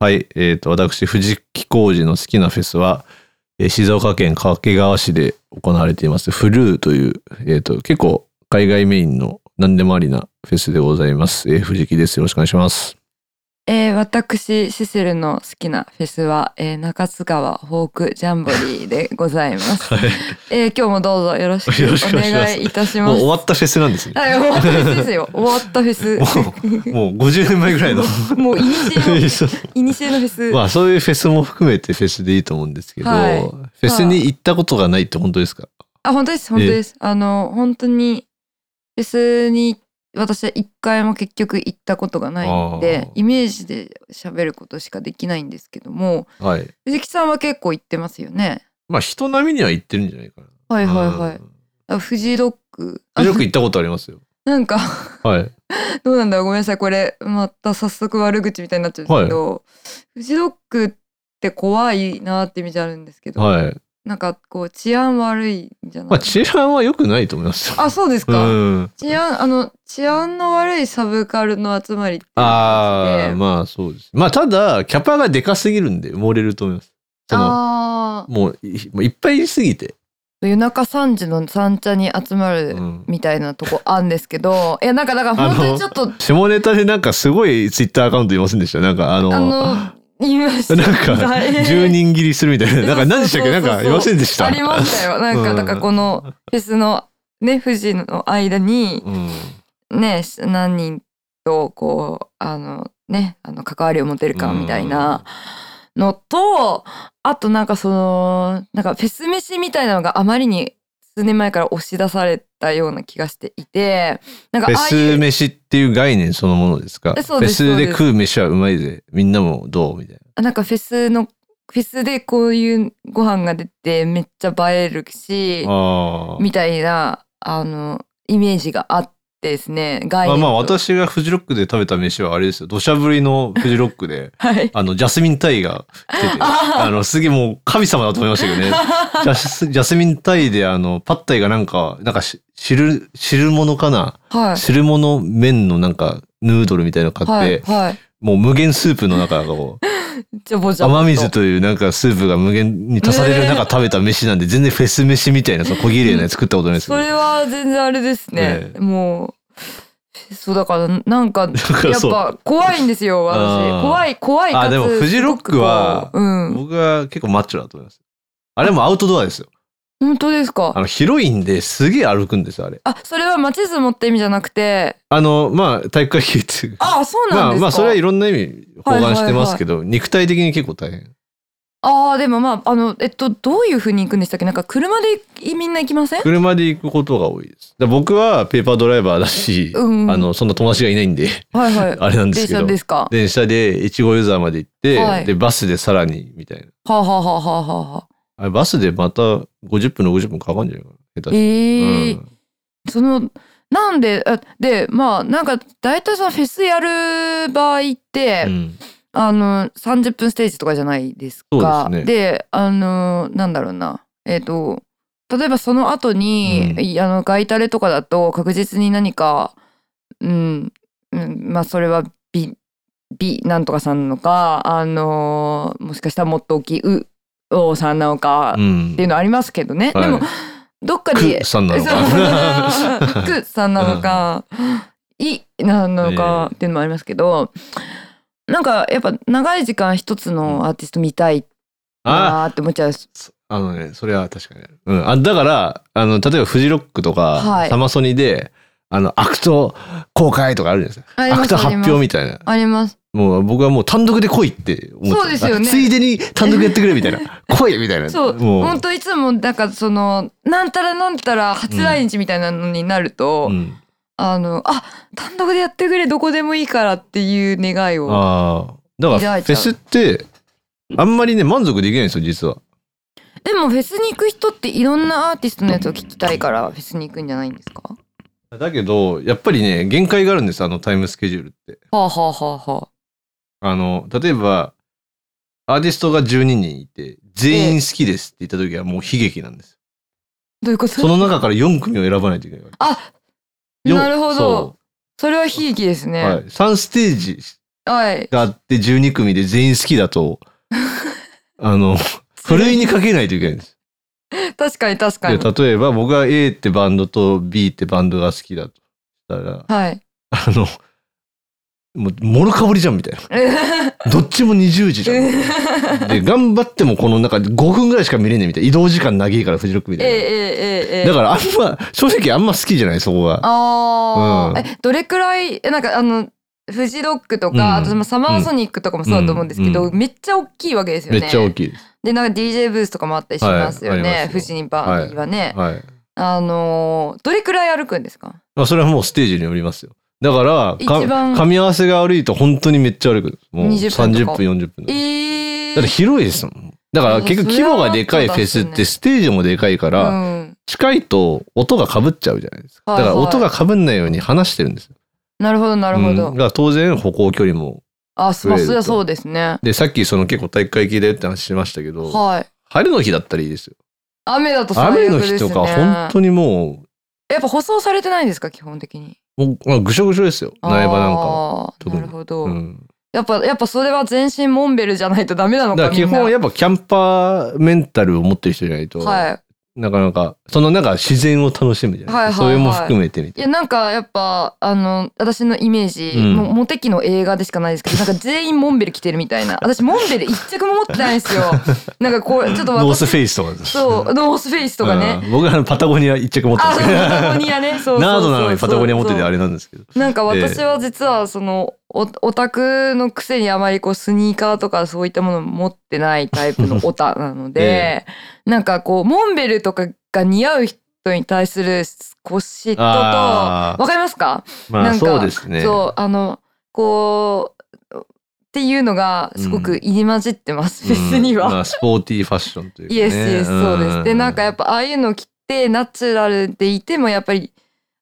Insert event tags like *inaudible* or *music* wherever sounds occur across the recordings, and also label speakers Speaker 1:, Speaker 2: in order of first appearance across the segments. Speaker 1: はい。えっ、と、私、藤木浩二の好きなフェスは、えー静岡県掛川市で行われています、フルーという、えっ、と、結構海外メインの何でもありなフェスでございます。えー藤木です。よろしくお願いします。
Speaker 2: えー私シセルの好きなフェスは、えー中津川フォークジャンボリーでございます、
Speaker 1: はい。
Speaker 2: えー今日もどうぞよろしく
Speaker 1: よろしくお
Speaker 2: お
Speaker 1: 願いします
Speaker 2: 願いいたし
Speaker 1: も
Speaker 2: ま
Speaker 1: う
Speaker 2: す
Speaker 1: 終わったフェスなん
Speaker 2: *laughs*
Speaker 1: ですね。
Speaker 2: はい終わったフェスですよ終わったフェス
Speaker 1: もう50年前ぐらいの。
Speaker 2: もういにしえのいにしえのフェス、
Speaker 1: まあそういうフェスも含めてフェスでいいと思うんですけど、
Speaker 2: はい
Speaker 1: フェスに行ったことがないって本当ですか、
Speaker 2: あ本当です本当ですあの本当にフェスに私は一回も結局行ったことがないん
Speaker 1: あー
Speaker 2: でイメージで喋ることしかできないんですけども
Speaker 1: はい。
Speaker 2: 藤木さんは結構行ってますよね
Speaker 1: まあ人並みには行ってるんじゃないかな。
Speaker 2: はいはいはい、
Speaker 1: うん
Speaker 2: あフジロックあ
Speaker 1: よく行ったことありますよ。
Speaker 2: なんか
Speaker 1: はい。
Speaker 2: どうなんだろうごめんなさいこれまた早速悪口みたいになっちゃうんですけど、フジロックって怖いなってイメージあるんですけど、
Speaker 1: はい。
Speaker 2: なんかこう治安悪いんじゃない、
Speaker 1: まあ治安は良くないと思いますよ。
Speaker 2: あそうです
Speaker 1: う
Speaker 2: か、
Speaker 1: ん。
Speaker 2: 治安あの治安の悪いサブカルの集まりっていう
Speaker 1: ああ、
Speaker 2: 感じで
Speaker 1: まあそうです。まあただ、キャパがでかすぎるんで、漏れると思います。その、
Speaker 2: あー
Speaker 1: もういもういっぱいいすぎて。
Speaker 2: 夜中3時の三茶に集ま
Speaker 1: う
Speaker 2: る
Speaker 1: ん
Speaker 2: みたいなとこあんですけど、いやなんかだから本当にちょっと
Speaker 1: 下ネタでなんかすごいツイッターアカウントいませんでしたなんかあの、
Speaker 2: あの言いました
Speaker 1: なんか
Speaker 2: *laughs*
Speaker 1: 10人切りするみたいな。なんか何でしたっけ
Speaker 2: そ
Speaker 1: な
Speaker 2: うんそうそうそ
Speaker 1: か
Speaker 2: う
Speaker 1: いませんでした
Speaker 2: ありましたよなん
Speaker 1: う
Speaker 2: か
Speaker 1: ん
Speaker 2: だからこのフェスのね富士の間に
Speaker 1: うん。
Speaker 2: ね何人とこうあのねあの関わりを持てるかみたいなのとあとなんかそのなんかフェス飯みたいなのがあまりに数年前から押し出されたような気がしていてなんか
Speaker 1: フェ
Speaker 2: ああい
Speaker 1: ス
Speaker 2: う
Speaker 1: 飯っていう概念そのものですか
Speaker 2: え
Speaker 1: フ
Speaker 2: そう
Speaker 1: ェ
Speaker 2: です
Speaker 1: スで
Speaker 2: そうです
Speaker 1: 食う飯はうまいぜ。みんなもどうみたいな。
Speaker 2: なんかフェスのフェスでこういうご飯が出てめっちゃ映えるし
Speaker 1: ああ。
Speaker 2: みたいなあのイメージがあってですね概
Speaker 1: まあ
Speaker 2: 念
Speaker 1: まあ
Speaker 2: と、
Speaker 1: 私がフジロックで食べた飯はあれですよ。土砂降りのフジロックで
Speaker 2: *laughs* はい
Speaker 1: あの、ジャスミンタイが来てて、
Speaker 2: あ
Speaker 1: あの、すげえもう神様だと思いましたけど
Speaker 2: *laughs*
Speaker 1: ね。ジャスジャスミンタイであの、パッタイがなんか、なんかし汁、汁物かな *laughs*
Speaker 2: はい
Speaker 1: 汁物麺のなんか、ヌードルみたいなの買って、
Speaker 2: はいはい
Speaker 1: もう無限スープの中を
Speaker 2: ジャボジャボと
Speaker 1: 雨水というなんかスープが無限に足される中食べた飯なんで全然フェス飯みたいなその小綺麗なやつ作ったことないですけ
Speaker 2: そ
Speaker 1: ど。
Speaker 2: れは全然あれですね
Speaker 1: ね。え
Speaker 2: もう、そうだから、なんか、
Speaker 1: から
Speaker 2: やっ
Speaker 1: *laughs* そう
Speaker 2: ぱ怖いんですよ、
Speaker 1: あ
Speaker 2: 私。
Speaker 1: ー
Speaker 2: 怖い、怖いかつ
Speaker 1: あでもフジロックは
Speaker 2: すごくこううん。
Speaker 1: 僕は結構マッチョだと思います。あれもアウトドアですよ。
Speaker 2: 本当ですか
Speaker 1: あ。の広いんですげえ歩くんですよあれ。
Speaker 2: あ、それは街相撲って意味じゃなくて、
Speaker 1: あのまあ体育会系っていう。
Speaker 2: あ、そう
Speaker 1: ま
Speaker 2: なん
Speaker 1: あ
Speaker 2: ですか。
Speaker 1: まあそれはいろんな意味包含してますけど、肉体的に結構大変。
Speaker 2: あーでもまあ、あの、えっと、どういう風に行くんでしたっけなんか車でいみんな行きません
Speaker 1: 車で行くことが多いです。だから僕はペーパードライバーだし、
Speaker 2: うん
Speaker 1: あのそんな友達がいないんで *laughs*
Speaker 2: はいはい。
Speaker 1: あれなんです
Speaker 2: 電
Speaker 1: けど
Speaker 2: 車。ですか。
Speaker 1: 電車で越後湯沢まで行って、
Speaker 2: はい
Speaker 1: でバスでさらにみたいな
Speaker 2: はあ、はあはあはあはあはあ、
Speaker 1: あれバスでまた50分60分かかんじゃないかな下手し
Speaker 2: え
Speaker 1: たら
Speaker 2: ーそのなんであでまあなんか大体そのフェスやる場合って、
Speaker 1: うんうん
Speaker 2: あの30分ステージとかじゃないです
Speaker 1: そ
Speaker 2: か。
Speaker 1: うですね
Speaker 2: あのなんだろうなえっ、と例えばその後に、
Speaker 1: うん
Speaker 2: いあのガイタレとかだと確実に何かうん、うん、まあそれは美美なんとかさんなのかあのもしかしたらもっと大きいうおさんなのか
Speaker 1: う
Speaker 2: っ
Speaker 1: ん
Speaker 2: ていうのありますけどね。
Speaker 1: はい
Speaker 2: でもどっかに
Speaker 1: くさんなのか
Speaker 2: そう
Speaker 1: *laughs* な
Speaker 2: くさんなのか、いなのかっていうのもありますけど、なんかやっぱ長い時間一つのアーティスト見たい
Speaker 1: あ
Speaker 2: なーって思っちゃうし
Speaker 1: そあのねそれは確かにある、うん、あだからあの例えばフジロックとか、
Speaker 2: はい
Speaker 1: サマソニであのアクト公開とかあるじゃないですか
Speaker 2: あり
Speaker 1: ア
Speaker 2: ま
Speaker 1: ク
Speaker 2: す
Speaker 1: ト
Speaker 2: あ
Speaker 1: 発
Speaker 2: ります
Speaker 1: 表みたいな
Speaker 2: あります。
Speaker 1: もう僕はもう単独で来いって思ってた
Speaker 2: そうですよね
Speaker 1: あついでに単独やってくれみたい
Speaker 2: *laughs*
Speaker 1: な来いみたいな
Speaker 2: そう
Speaker 1: も
Speaker 2: 本当いつもなんかそのなんたらなんたら初来日みたいなのになると、
Speaker 1: うん、
Speaker 2: あのあ単独でやってくれどこでもいいからっていう願いを
Speaker 1: ああ。だか
Speaker 2: 開
Speaker 1: ら
Speaker 2: い
Speaker 1: フ
Speaker 2: ちゃ
Speaker 1: ェ
Speaker 2: う
Speaker 1: スって、あんまりね、満足できないんですよ、実は。
Speaker 2: でもフェスに行く人っていろんなアーティストのやつを聞きたいからフェスに行くんじゃないんですかは
Speaker 1: だけど、やっぱりね、限界があるんです、あのタイムスケジュールって。
Speaker 2: あはあはあはあ
Speaker 1: あの、例えば、アーティストが12人いて、全員好きですって言った時はもう悲劇なんですよ。
Speaker 2: どういうこと
Speaker 1: その中から4組を選ばないといけないわけ。
Speaker 2: あ
Speaker 1: よん
Speaker 2: なるほど
Speaker 1: そ
Speaker 2: それは悲劇です
Speaker 1: う
Speaker 2: ね、
Speaker 1: はい。3ステージ
Speaker 2: はい。
Speaker 1: があって12組で全員好きだ
Speaker 2: *laughs*
Speaker 1: とあのふるいにかけないといけないんです。
Speaker 2: 確かに確か
Speaker 1: で
Speaker 2: に。
Speaker 1: 例えば僕が A ってバンドと B ってバンドが好きだとしたら
Speaker 2: はい。
Speaker 1: あのもうもろかぶりじゃんみたいなどっちも20時じゃ
Speaker 2: *laughs*
Speaker 1: ん。で頑張ってもこの中で5分ぐらいしか見れねえみたいな移動時間長いからフジロックみ
Speaker 2: ええ
Speaker 1: たいな。
Speaker 2: ええええ。
Speaker 1: だからあんま正直あんま好きじゃないそこは。
Speaker 2: ああ、
Speaker 1: うん
Speaker 2: えどれくらいえなんかあのフジロックとか、
Speaker 1: うん
Speaker 2: あとそのサマーソニックとかもそうだと思うんですけど、
Speaker 1: うん
Speaker 2: めっちゃ大きいわけですよ
Speaker 1: め
Speaker 2: ね。
Speaker 1: っちゃ大きいです。
Speaker 2: でなんか DJ ブースとかもあったりしますよ
Speaker 1: はいあり
Speaker 2: ね、
Speaker 1: ますよ
Speaker 2: フジにバーニーはね。
Speaker 1: はい。
Speaker 2: あのーどれくらい歩くんですか
Speaker 1: まあそれはもうステージによりますよ。だからか
Speaker 2: 一番
Speaker 1: 噛み合わせが悪いと本当にめっちゃ悪くもう
Speaker 2: 20
Speaker 1: 30
Speaker 2: 分
Speaker 1: 分
Speaker 2: とか
Speaker 1: 40分
Speaker 2: え
Speaker 1: だから
Speaker 2: ー、
Speaker 1: 広いですもん。だから結局規模がでかいフェスってステージもでかいから、
Speaker 2: うん、
Speaker 1: 近いと音が被っちゃうじゃないですか。
Speaker 2: はい
Speaker 1: だ
Speaker 2: はい
Speaker 1: から音が被んないように話してるんですよ。
Speaker 2: なるほどなるほど。
Speaker 1: うんだから当然歩行距離も。
Speaker 2: あそ,、まあ、
Speaker 1: 増えると
Speaker 2: そりゃそうですね。
Speaker 1: でさっきその結構体育会系だよって話しましたけど、
Speaker 2: はい。
Speaker 1: 晴れの日だったらいいですよ。
Speaker 2: 雨だと最
Speaker 1: 雨
Speaker 2: 悪
Speaker 1: の
Speaker 2: です
Speaker 1: 日
Speaker 2: ね。
Speaker 1: とか本当にも
Speaker 2: やっぱ舗装されてないんですか基本的に。
Speaker 1: うもうまあぐしょぐしょですよ苗場なんかは。
Speaker 2: あー
Speaker 1: 特に
Speaker 2: なるほど。
Speaker 1: うん
Speaker 2: やっぱやっぱそれは全身モンベルじゃないとダメなの
Speaker 1: だ
Speaker 2: か
Speaker 1: から基本
Speaker 2: みん
Speaker 1: やっぱキャンパーメンタルを持ってる人じゃないと、
Speaker 2: なはい
Speaker 1: なかなかそのなんか自然を楽しむじゃないですか、
Speaker 2: はいはいはい
Speaker 1: それも含めてみ
Speaker 2: い
Speaker 1: たい
Speaker 2: やなんかやっぱあの私のイメージ、
Speaker 1: うん
Speaker 2: もうモテ期の映画でしかないですけどなんか全員モンベル着てるみたいな
Speaker 1: *laughs*
Speaker 2: 私モンベル一着も持ってないんですよなんかこうちょっと
Speaker 1: な。ノース
Speaker 2: 私
Speaker 1: フェイスとかです
Speaker 2: そうノースフェイスとかね、
Speaker 1: うん僕はあのパタゴニア一着持って
Speaker 2: あ
Speaker 1: ま
Speaker 2: そ
Speaker 1: す
Speaker 2: うパタゴニ
Speaker 1: ア
Speaker 2: アねそうそうそう
Speaker 1: ナードなのにパタゴニア持っててあ
Speaker 2: れ
Speaker 1: れなんですけど
Speaker 2: なんか私は実はそのおオタクのくせにあまりこうスニーカーとかそういったもの持ってないタイプ
Speaker 1: *laughs*
Speaker 2: のオタなので、なんかこうモンベルとかが似合う人に対するこう嫉妬とわ
Speaker 1: ああ
Speaker 2: かりますか
Speaker 1: ま
Speaker 2: な
Speaker 1: あ
Speaker 2: んか
Speaker 1: そうですね
Speaker 2: そうあのこうっていうのがすごく入り混じってます、
Speaker 1: うん
Speaker 2: 別には。
Speaker 1: まあ、スポーティーファッションというか、
Speaker 2: イ
Speaker 1: ね、
Speaker 2: エスイエスそうです。でなんかやっ
Speaker 1: ぱ
Speaker 2: ぱああいうの着てナチュラルでいてもやっぱり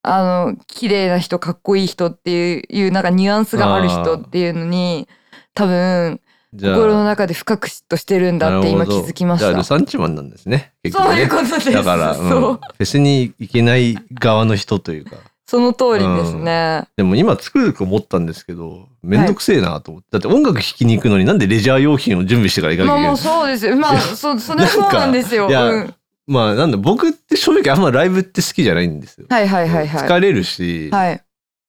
Speaker 2: あの綺麗な人かっこいい人っていういうなんかニュアンスがある人っていうのに多分
Speaker 1: じゃあ
Speaker 2: 心の中で深く嫉妬してるんだって
Speaker 1: な
Speaker 2: 今
Speaker 1: る
Speaker 2: 気
Speaker 1: ほど
Speaker 2: づきまし
Speaker 1: じゃあル
Speaker 2: た。
Speaker 1: サンチマンなんですね結
Speaker 2: そ
Speaker 1: 局
Speaker 2: ういう
Speaker 1: ね
Speaker 2: ことです。
Speaker 1: だから、うん
Speaker 2: そう
Speaker 1: フェスに行けない側の人というか
Speaker 2: その通りですね。
Speaker 1: でも今つくづく思ったんですけどめんどくせえなと思って、だって音楽聴きに行くのになんでレジャー用品を準備してから行かなき
Speaker 2: ま
Speaker 1: ゃ
Speaker 2: あ
Speaker 1: いけない
Speaker 2: も
Speaker 1: ん
Speaker 2: う
Speaker 1: ですか
Speaker 2: そうですよ。まあそそれはそうなんですよ。
Speaker 1: いや
Speaker 2: うん
Speaker 1: まあなんだ僕って正直あんまライブって好きじゃないんですよ、
Speaker 2: はいはいはいはい。
Speaker 1: 疲れるし、
Speaker 2: はい。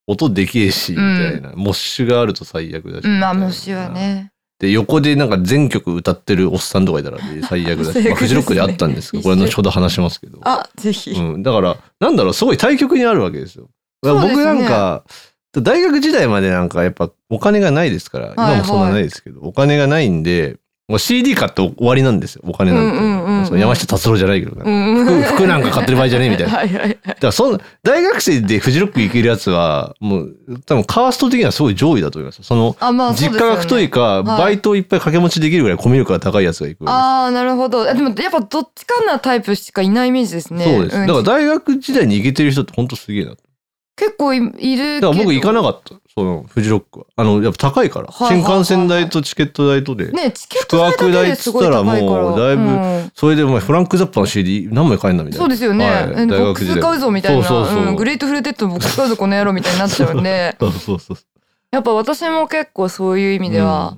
Speaker 1: 音でけえしみたいな、モッシュがあると最悪だし、
Speaker 2: うんまあ
Speaker 1: みたいな
Speaker 2: もしはね。
Speaker 1: で横でなんか全曲歌ってるおっさんとかいたら最
Speaker 2: *laughs*
Speaker 1: 悪だし、
Speaker 2: 最悪ですね
Speaker 1: まあ、フジロックであったんですけどこれ後ほど話しますけど、
Speaker 2: あぜひ。
Speaker 1: *laughs* うん、だからなんだろうすごい対極にあるわけですよ。
Speaker 2: そうですね
Speaker 1: 僕なんか大学時代までなんかやっぱお金がないですから、
Speaker 2: はい
Speaker 1: 今もそんなないですけどお金がないんでもう CD 買って終わりなんですよお金なんて、
Speaker 2: うんうんうんうん
Speaker 1: その山下達郎じゃないけどね、
Speaker 2: うん
Speaker 1: 服服なんか買ってる場合じゃねえみたいな
Speaker 2: はいはいはい
Speaker 1: だからそんな大学生でフジロック行けるやつはもう多分カースト的にはすごい上位だと思いますその
Speaker 2: あまあそう
Speaker 1: 実
Speaker 2: ですよね
Speaker 1: 家が太いか、
Speaker 2: はい
Speaker 1: バイトをいっぱい掛け持ちできるぐらいコミュ力が高いやつが行くわ
Speaker 2: ああなるほどあでもやっぱどっちかなタイプしかいないイメージです
Speaker 1: けで
Speaker 2: ね
Speaker 1: す、そうです、
Speaker 2: ん
Speaker 1: だから大学時代に行けてる人って本当すげえなだか
Speaker 2: 結構いいるけど
Speaker 1: ら僕行かなかったそのフジロックはあのやっぱ高いから、
Speaker 2: はいはいはい
Speaker 1: 新幹線代とチケット代とで、
Speaker 2: ねチケット代だけですごい高いから
Speaker 1: 宿泊代っつったらもうだ
Speaker 2: うん
Speaker 1: それでお前フランク・ザッパの CD 何枚買えんだみたいな
Speaker 2: そうですよね、
Speaker 1: はい
Speaker 2: うんボ
Speaker 1: 大
Speaker 2: ッ
Speaker 1: 学
Speaker 2: ク
Speaker 1: 時
Speaker 2: ス
Speaker 1: 代
Speaker 2: 買うぞみたいな
Speaker 1: そうそうそう、
Speaker 2: うんグレートフルデッドのボックス買うぞこの野郎みたいになっちゃうんで
Speaker 1: *laughs* そうそうそう
Speaker 2: やっぱ私も結構そういう意味では、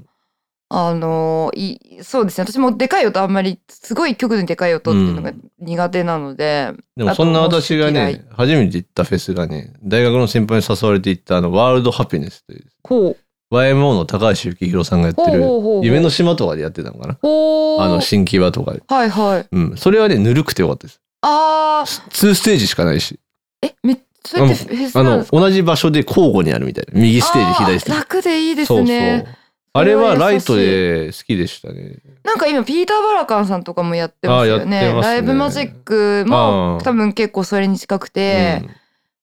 Speaker 2: あのいそうですね私もでかい音あんまりすごい極度にでかい音っていうのが苦手なので、
Speaker 1: でもそんな私が
Speaker 2: あともう
Speaker 1: ね初めて行ったフェスがね大学の先輩に誘われて行ったあのワールドハピネスという
Speaker 2: こう
Speaker 1: YMO の高橋幸宏さんがやって
Speaker 2: ほう
Speaker 1: る
Speaker 2: ほうほうほう
Speaker 1: 夢の島とかでやってたのかな
Speaker 2: ほう
Speaker 1: あの新木場とかで、
Speaker 2: はいはい
Speaker 1: うん、それはねぬるくてよかったです
Speaker 2: ああ
Speaker 1: 2ステージしかないし
Speaker 2: えめそれってフェス
Speaker 1: あ
Speaker 2: な
Speaker 1: の
Speaker 2: んですか
Speaker 1: 同じ場所で交互にあるみたいな右ステージ
Speaker 2: あ
Speaker 1: 左ステージ
Speaker 2: 楽でいいですね
Speaker 1: そうそうあれはライトで好きでしたね
Speaker 2: なんか今ピーター・バラカンさんとかもやってますよ
Speaker 1: あやっ
Speaker 2: ね
Speaker 1: てますね
Speaker 2: ライブマジックも
Speaker 1: あー
Speaker 2: 多分結構それに近くて、
Speaker 1: うん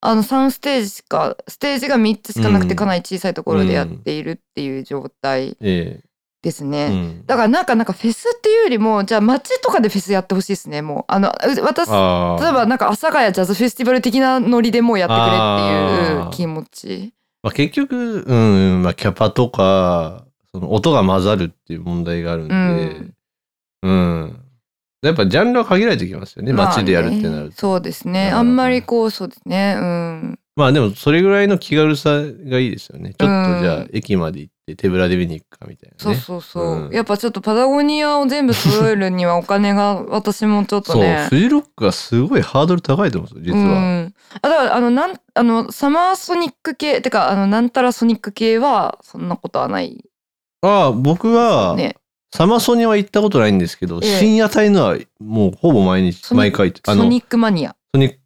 Speaker 2: あの3ステージしかステージが3つしかなく
Speaker 1: う
Speaker 2: て
Speaker 1: ん
Speaker 2: かなり小さいところでやっているっていう状態
Speaker 1: え
Speaker 2: です
Speaker 1: え
Speaker 2: ね、
Speaker 1: うん
Speaker 2: だからなんかなんかフェスっていうよりもじゃあ街とかでフェスやってほしいですねもうあのう私
Speaker 1: あー
Speaker 2: 例えばなんか阿佐ヶ谷ジャズフェスティバル的なノリでもうやってくれってい
Speaker 1: あー
Speaker 2: う気持ち
Speaker 1: まあ、結局、うんまあ、キャパとかその音が混ざるっていう問題があるんで、うんやっぱジャンルは限られてきますよね街でやるってなると、
Speaker 2: そうですね
Speaker 1: うん
Speaker 2: あんまりこうそうですねうん
Speaker 1: まあでもそれぐらいの気軽さがいいですよね。ちょっ
Speaker 2: う
Speaker 1: と
Speaker 2: ん
Speaker 1: じゃあ駅まで行って手ぶらで見に行くかみたいな
Speaker 2: そう
Speaker 1: ね。
Speaker 2: そうそう、
Speaker 1: うん
Speaker 2: やっぱちょっとパタゴニアを全部揃えるにはお金が *laughs* 私もちょっと
Speaker 1: そう
Speaker 2: ね
Speaker 1: フジロックがすごいハードル高いと思うんですよ
Speaker 2: う
Speaker 1: 実は。
Speaker 2: ん、あだからあのなんあのサマーソニック系てかあのなんたらソニック系はそんなことはない
Speaker 1: ああ僕は、
Speaker 2: ね
Speaker 1: サマソニは行ったことないんですけど、
Speaker 2: ええ
Speaker 1: 深夜帯のはもうほぼ毎日
Speaker 2: ソニ
Speaker 1: 毎回あ
Speaker 2: ソ
Speaker 1: の
Speaker 2: ニックマニア
Speaker 1: ソニック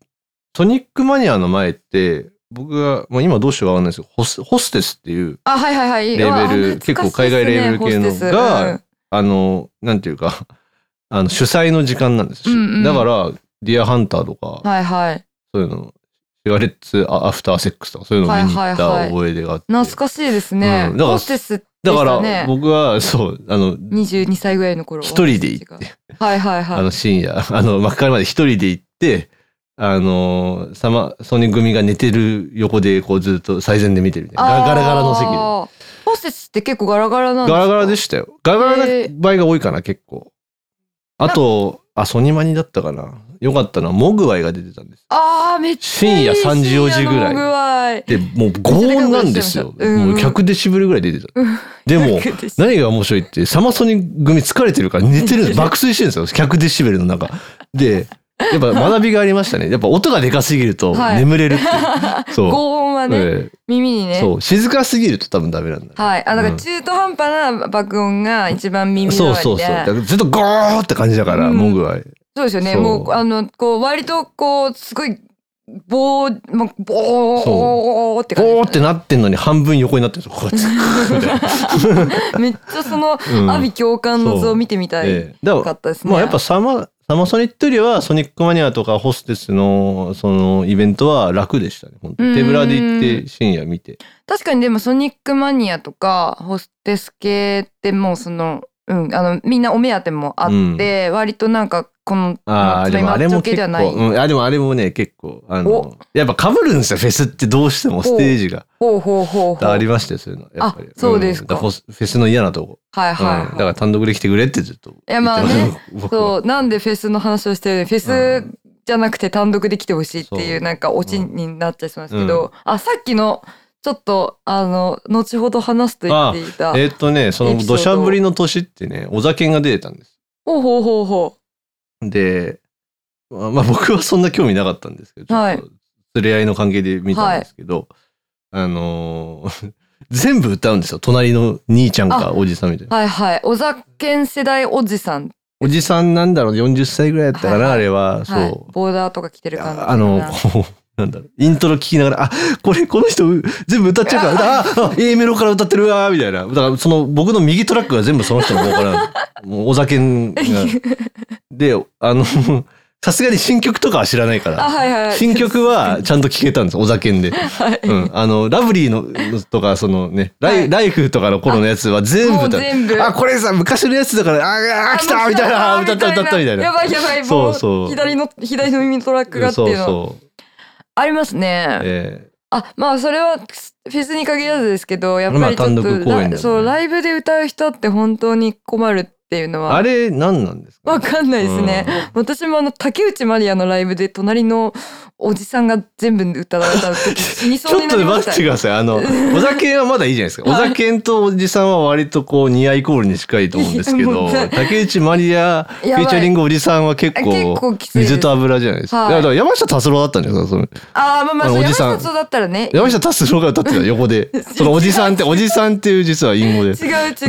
Speaker 1: ソニックマニアの前って僕が、まあ、今どうしようかわかんないですけどホスホステスっていう
Speaker 2: あはいはいは
Speaker 1: レ
Speaker 2: い
Speaker 1: ベル
Speaker 2: うわ懐かしいっすね
Speaker 1: 結構海外レベル系の
Speaker 2: ホステス
Speaker 1: が
Speaker 2: うん
Speaker 1: あのなんていうか *laughs* あの主催の時間なんですよ、
Speaker 2: うんうん
Speaker 1: だからディアハンターとか、
Speaker 2: はいはい
Speaker 1: そういうのシガレッツアアフターセックスとかそういうのを見に行った覚えがあって、
Speaker 2: 懐かしいですね、
Speaker 1: うんだから
Speaker 2: ホステスで
Speaker 1: だ
Speaker 2: し
Speaker 1: か
Speaker 2: た
Speaker 1: ら
Speaker 2: ね
Speaker 1: 僕はそうあの
Speaker 2: 22歳ぐらいの頃
Speaker 1: 一人で行って
Speaker 2: はいはいはい
Speaker 1: あの深夜、 *laughs* あの、幕張まで一人で行って、あのー、サマ、ソニー組が寝てる横で、こうずっと最前で見てるみたいな。ガガラガラの席で。
Speaker 2: あーホステスって結構ガラガラなんですか
Speaker 1: ガラガラでしたよ。ガラガラな
Speaker 2: へー
Speaker 1: 場合が多いかな、結構。あと、あ、ソニマニだったかな。よかったのは、モグワイが出てたんです。
Speaker 2: あーめっちゃい
Speaker 1: 深
Speaker 2: い
Speaker 1: 夜3時4時ぐらい
Speaker 2: 深夜の具合
Speaker 1: で、もう、ゴ音なんですよ。
Speaker 2: うんうん
Speaker 1: もう、100デシブルぐらい出てた。で
Speaker 2: *laughs*
Speaker 1: も、何が面白いって、サマソニ組疲れてるから寝てるん
Speaker 2: *laughs*
Speaker 1: です爆睡してるんですよ。100デシベルの中。で、やっぱ学びがありましたね。やっぱ音がでかすぎると
Speaker 2: はい
Speaker 1: 眠れるっていう。
Speaker 2: *laughs*
Speaker 1: そう。
Speaker 2: 高音はね、
Speaker 1: え
Speaker 2: 耳に
Speaker 1: え
Speaker 2: ね
Speaker 1: そう。静かすぎると多分ダメなんだね、
Speaker 2: はいあだか
Speaker 1: う
Speaker 2: ら
Speaker 1: ん
Speaker 2: 中途半端な爆音が一番耳
Speaker 1: そ
Speaker 2: 障
Speaker 1: う
Speaker 2: りで
Speaker 1: そうそう。だからずっとゴーって感じだから、
Speaker 2: うん
Speaker 1: モグは。
Speaker 2: そうですよね
Speaker 1: そう
Speaker 2: もうあのこう割とこうすごいボーもうボーって感じ
Speaker 1: ゴーってなってんのに半分横になってるんですよ。こうやってみた
Speaker 2: *laughs*
Speaker 1: いな
Speaker 2: めっちゃその
Speaker 1: うん
Speaker 2: 阿鼻叫喚の図を見てみたい
Speaker 1: ええだ
Speaker 2: か
Speaker 1: から
Speaker 2: ったですね、
Speaker 1: まあやっぱサマ、サマソニっていうよりは、ソニックマニアとかホステスの、その、イベントは楽でしたね。本当に手ぶらで行って、深夜見て。
Speaker 2: 確かにでもソニックマニアとかホステス系ってもうその,、うん、あのみんなお目当てもあって、割となんかこの
Speaker 1: あ
Speaker 2: ま
Speaker 1: あ、でもあれ
Speaker 2: そ
Speaker 1: も
Speaker 2: の今
Speaker 1: 結
Speaker 2: 情景で
Speaker 1: 構、
Speaker 2: はない、
Speaker 1: うん、あでもあれもね、結構、あの
Speaker 2: お、
Speaker 1: やっぱ被るんですよ、フェスってどうしてもステージが。
Speaker 2: ほうほうほうほう
Speaker 1: ありましたよ、そういうの。やっぱり。
Speaker 2: あそうですか
Speaker 1: んだらフォスフェスの嫌なとこ。
Speaker 2: はいはい、はい
Speaker 1: うんだから単独で来てくれってずっと言って
Speaker 2: いやまあね、
Speaker 1: 僕は
Speaker 2: *laughs* そうなんでフェスの話をしてるのにフェ
Speaker 1: う
Speaker 2: スじゃなくて単独で来てほしいってい
Speaker 1: そうう
Speaker 2: なんかオチになっちゃいそうなんですけど、あさっきのちょっとあの後ほど話すと言っていた
Speaker 1: えーっとね、そ
Speaker 2: エ
Speaker 1: の
Speaker 2: ピソード
Speaker 1: 土砂降りの年ってね、小酒が出てたんです。
Speaker 2: ほうほうほうほ
Speaker 1: で、まあまあ僕はそんな興味なかったんですけど、
Speaker 2: はい
Speaker 1: ちょっと連れ合いの関係で見たんですけど、あのー *laughs* 全部歌うんですよ。隣の兄ちゃんかおじさんみたいな
Speaker 2: う。はいはいお酒ん世代おじさん
Speaker 1: おじさんなんだろう40歳ぐらいだったかな、
Speaker 2: はいはい
Speaker 1: あれはそう、
Speaker 2: はい、ボーダーとか着てる感じ
Speaker 1: ああのこうなんだろうイントロ聞きながらあこれこの人う全部歌っちゃうからああ A メロから歌ってるわみたいなだからその僕の右トラックが全部その人の方
Speaker 2: *laughs*
Speaker 1: からもうお酒がであのさすがに新曲とかは知らないか
Speaker 2: あ
Speaker 1: ら
Speaker 2: はいはいはい
Speaker 1: 新曲はちゃんと聞けたんですお酒んで、
Speaker 2: はい
Speaker 1: うん、あのラブリーのとかそのねライ,、
Speaker 2: はい
Speaker 1: ライフとかの頃のやつは全部
Speaker 2: も
Speaker 1: 歌
Speaker 2: う
Speaker 1: う
Speaker 2: 全部
Speaker 1: あこれさ昔のやつだからあーあー来たみたいな
Speaker 2: あ
Speaker 1: 歌った歌ったみたいな
Speaker 2: やばいやばい
Speaker 1: そ
Speaker 2: も
Speaker 1: うそう
Speaker 2: う左の左の耳のトラックがっていうの
Speaker 1: そうそう
Speaker 2: ありますね
Speaker 1: え
Speaker 2: あまあそれはフェスに限らずですけどやっぱりちょっ
Speaker 1: まあ単
Speaker 2: と、
Speaker 1: 独公演だよね
Speaker 2: ラそうライブで歌う人って本当に困るっていうの
Speaker 1: ー
Speaker 2: は
Speaker 1: あれ何なんですか
Speaker 2: わかんないですね、私もあの竹内まりやのライブで隣のおじさんが全部歌われた時死に
Speaker 1: ち
Speaker 2: そう
Speaker 1: ょ
Speaker 2: に
Speaker 1: っ
Speaker 2: な
Speaker 1: と
Speaker 2: りまし
Speaker 1: 待
Speaker 2: た
Speaker 1: ってくださいあのお酒はまだいいじゃないですかお
Speaker 2: *laughs* はい
Speaker 1: 酒とおじさんは割とこう似合いコールに近いと思うんですけ
Speaker 2: いやも
Speaker 1: ど
Speaker 2: う
Speaker 1: 竹内まりやフィ
Speaker 2: やばい
Speaker 1: ーチャリングおじさんは結
Speaker 2: 結
Speaker 1: 構
Speaker 2: 構きついです
Speaker 1: 水と油じゃないですか,、
Speaker 2: はい
Speaker 1: だから山下達郎だったんじゃないですかその
Speaker 2: あーまあまあ
Speaker 1: あの
Speaker 2: そう
Speaker 1: お
Speaker 2: 山
Speaker 1: じさん
Speaker 2: 下達郎だったらね違う
Speaker 1: 山下達郎が歌ってた横
Speaker 2: *laughs*
Speaker 1: で *laughs* そのおじさんっておじさんっていう実は隠語で
Speaker 2: 違う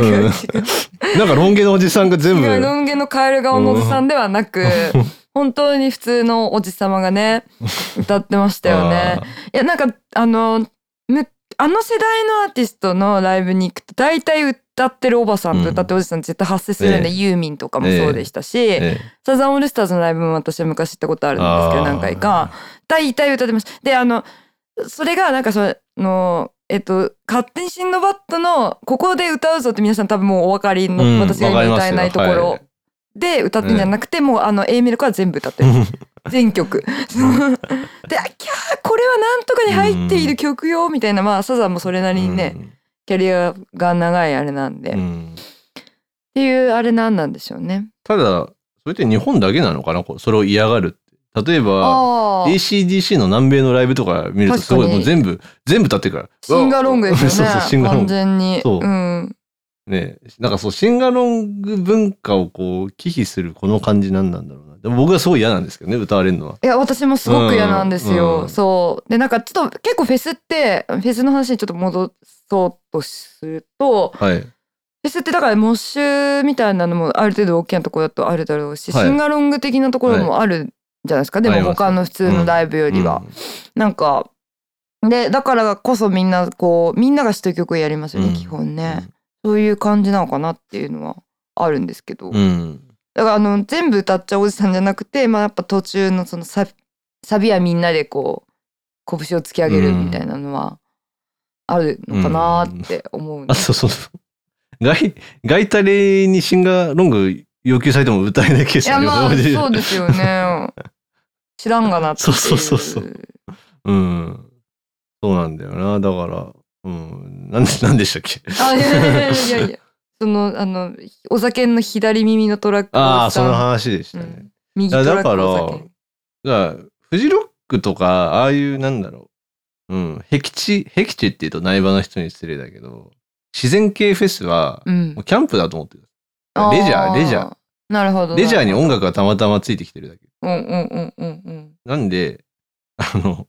Speaker 2: 違う、
Speaker 1: なんかロン毛のおじさんが全部
Speaker 2: 違うロン毛のカエル顔のおじさんではなく、 *laughs* 本当に普通のおじさま
Speaker 1: *laughs*
Speaker 2: がね歌ってましたよね
Speaker 1: あー。
Speaker 2: いやなんかあのむあの世代のアーティストのライブに行くと大体歌ってるおばさんと歌ってるおじさん絶対発生するんで、
Speaker 1: え
Speaker 2: ユーミンとかもそうでしたし、
Speaker 1: え
Speaker 2: サザンオールスターズのライブも私は昔行ったことあるんですけど
Speaker 1: あー
Speaker 2: 何回か大体歌ってましたであのそれがなんかそのえっと勝手にシンドバッドのここで歌うぞって皆さん多分もうお分かりの、
Speaker 1: うん
Speaker 2: 私が今
Speaker 1: わかります
Speaker 2: 歌え
Speaker 1: よ
Speaker 2: ないところで歌ってんじゃなくて、もうあの A メロから全部歌ってる
Speaker 1: うん
Speaker 2: 全曲であキャーこれはなんとかに入っている曲よみたいなまあサザンもそれなりにね、キャリアが長いあれなんで、
Speaker 1: う
Speaker 2: っ
Speaker 1: ん
Speaker 2: ていうあれなんなんでしょうね
Speaker 1: ただそれって日本だけなのかなこうそれを嫌がるって例えば、
Speaker 2: ああ
Speaker 1: ACDC の南米のライブとか見るとすごい
Speaker 2: 確かに
Speaker 1: もう全部、全部立ってるから。
Speaker 2: シンガロングですよね
Speaker 1: そうそう、シンガロン
Speaker 2: 完
Speaker 1: グ。
Speaker 2: 全に、
Speaker 1: そうんねなんかそう、シンガロング文化をこう、忌避するこの感じなんなんだろうな。でも僕はすごい嫌なんですけどね、歌われるのは。
Speaker 2: いや私もすごく嫌なんですよ、
Speaker 1: うん
Speaker 2: そうでなんかちょっと結構フェスってフェスの話にちょっと戻そうとすると
Speaker 1: はい。
Speaker 2: フェスってだからモッシュみたいなのもある程度大きなところだとあるだろうし、
Speaker 1: はい
Speaker 2: シンガロング的なところもあるじゃないですか、
Speaker 1: あ
Speaker 2: で
Speaker 1: りま
Speaker 2: も
Speaker 1: す
Speaker 2: 他の普通のライブよりは、
Speaker 1: うん
Speaker 2: なんかでだからこそみんなこうみんなが知ってる曲をやりますよね、
Speaker 1: うん
Speaker 2: 基本ね、そういう感じなのかなっていうのはあるんですけ
Speaker 1: う
Speaker 2: ど、
Speaker 1: ん。
Speaker 2: だからあの全部歌っちゃうおじさんじゃなくて、まあ、やっぱ途中のそのサビサビはみんなでこう拳を突き上げるみたいなのはあるのかなって思うんで
Speaker 1: あ
Speaker 2: す、
Speaker 1: と、その、外、外タレにシンガロング要求されても歌えないケース
Speaker 2: いや
Speaker 1: あります
Speaker 2: まあ
Speaker 1: ね *laughs*
Speaker 2: そうですよね知らんがなっていう
Speaker 1: そうそうそうそううん。そうなんだよな。だから、うん。なんで、なんでしたっけ
Speaker 2: あいやいやいやいやそのあのお酒の左耳のトラック
Speaker 1: ああ、
Speaker 2: おじ
Speaker 1: そ
Speaker 2: さ
Speaker 1: の
Speaker 2: ん
Speaker 1: 話でしたね。
Speaker 2: 右トラ
Speaker 1: だ
Speaker 2: ッ
Speaker 1: か
Speaker 2: ク
Speaker 1: ら
Speaker 2: お酒
Speaker 1: だから、フジロックとか、ああいう、なんだろう。うん。僻地、僻地って言うと内場の人に失礼だけど、自然系フェスは、
Speaker 2: うん
Speaker 1: もうキャンプだと思ってる。レジャー
Speaker 2: あ
Speaker 1: レジャー
Speaker 2: なるほど
Speaker 1: レジャーに
Speaker 2: なる
Speaker 1: 音楽がたまたまついてきてるだけ。
Speaker 2: ほどうんうんうんうんうん
Speaker 1: なんで、あの、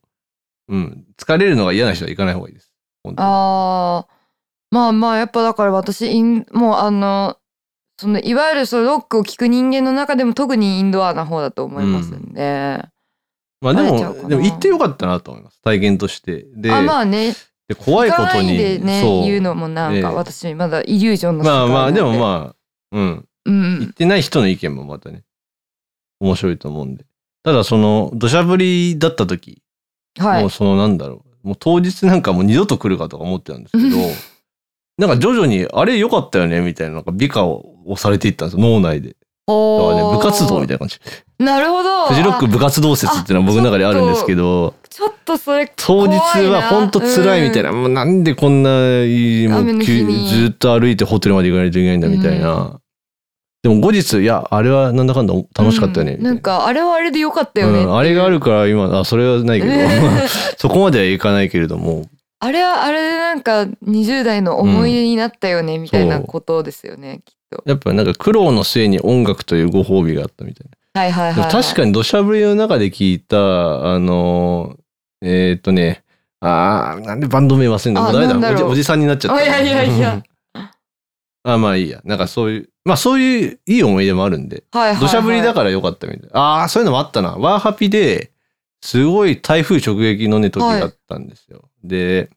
Speaker 1: うん。疲れるのが嫌な人は行かない方がいいです。本当に
Speaker 2: あーまあまあやっぱだから私インもうあのそのいわゆるそのロックを聴く人間の中でも特にインドアな方だと思いますんで、
Speaker 1: まあで
Speaker 2: 慣れちゃうか
Speaker 1: も、
Speaker 2: な
Speaker 1: でも行ってよかったなと思います。体験として。で、
Speaker 2: あまあね
Speaker 1: で怖いこ
Speaker 2: 行か
Speaker 1: と
Speaker 2: な
Speaker 1: に。
Speaker 2: でね
Speaker 1: そう
Speaker 2: 言うのもなん
Speaker 1: ええ
Speaker 2: か私まだイリュージョンの世界
Speaker 1: ま
Speaker 2: な
Speaker 1: あ
Speaker 2: んで、
Speaker 1: まあ、でもまあ、うん。
Speaker 2: うんう
Speaker 1: 言っ
Speaker 2: ん
Speaker 1: てない人の意見もまたね、面白いと思うんで。ただ、その、土砂降りだった時、
Speaker 2: は
Speaker 1: もう
Speaker 2: い
Speaker 1: その、なんだろう、もう当日なんかもう二度と来るかとか思ってたんですけど
Speaker 2: う、
Speaker 1: *laughs* なんか徐々に、あれ良かったよね、みたいな、なんか美化ををされていったんですよ、脳内で。だからね、部活動みたいな感じ。
Speaker 2: ななるほど
Speaker 1: フジロック
Speaker 2: あ
Speaker 1: 部活動説っていうのは僕の中であるんですけど、
Speaker 2: ちょっとそれ
Speaker 1: 当日は本当辛いみたい
Speaker 2: な
Speaker 1: な、もうなんでこんないいもう
Speaker 2: 雨の日に
Speaker 1: ずっと歩いてホテルまで行かないといけないんだみたいな、でも後日いやあれはなんだかんだ楽しかったよねみ
Speaker 2: うん
Speaker 1: た
Speaker 2: ないんかあれはあれでよかったよね、
Speaker 1: うんあれがあるから今あそれはないけど、
Speaker 2: え
Speaker 1: *laughs* そこまではいかないけれども
Speaker 2: あれはあれでなんか20代の思い出になったよね、みたいな
Speaker 1: そう
Speaker 2: ことですよねきっと。
Speaker 1: やっぱなんか苦労の末に音楽というご褒美があったみたい
Speaker 2: はいはいはい、
Speaker 1: な、
Speaker 2: はい。
Speaker 1: でも確かに土砂降りの中で聞いたあのえーっとねあーなんでバンド名忘れんだもう
Speaker 2: あ
Speaker 1: 誰だ
Speaker 2: なんだろ
Speaker 1: お
Speaker 2: う
Speaker 1: じおじさんになっちゃった
Speaker 2: あいやいやいや
Speaker 1: *laughs* あまあいいやなんかそういうまあそういういい思い出もあるんで
Speaker 2: はいはいはい、
Speaker 1: 土砂降りだ
Speaker 2: ら。
Speaker 1: から良かったみたいな。ああ、そういうのもあったな。ワーハピですごい台風直撃のね、時
Speaker 2: はい
Speaker 1: だったんですよ。で、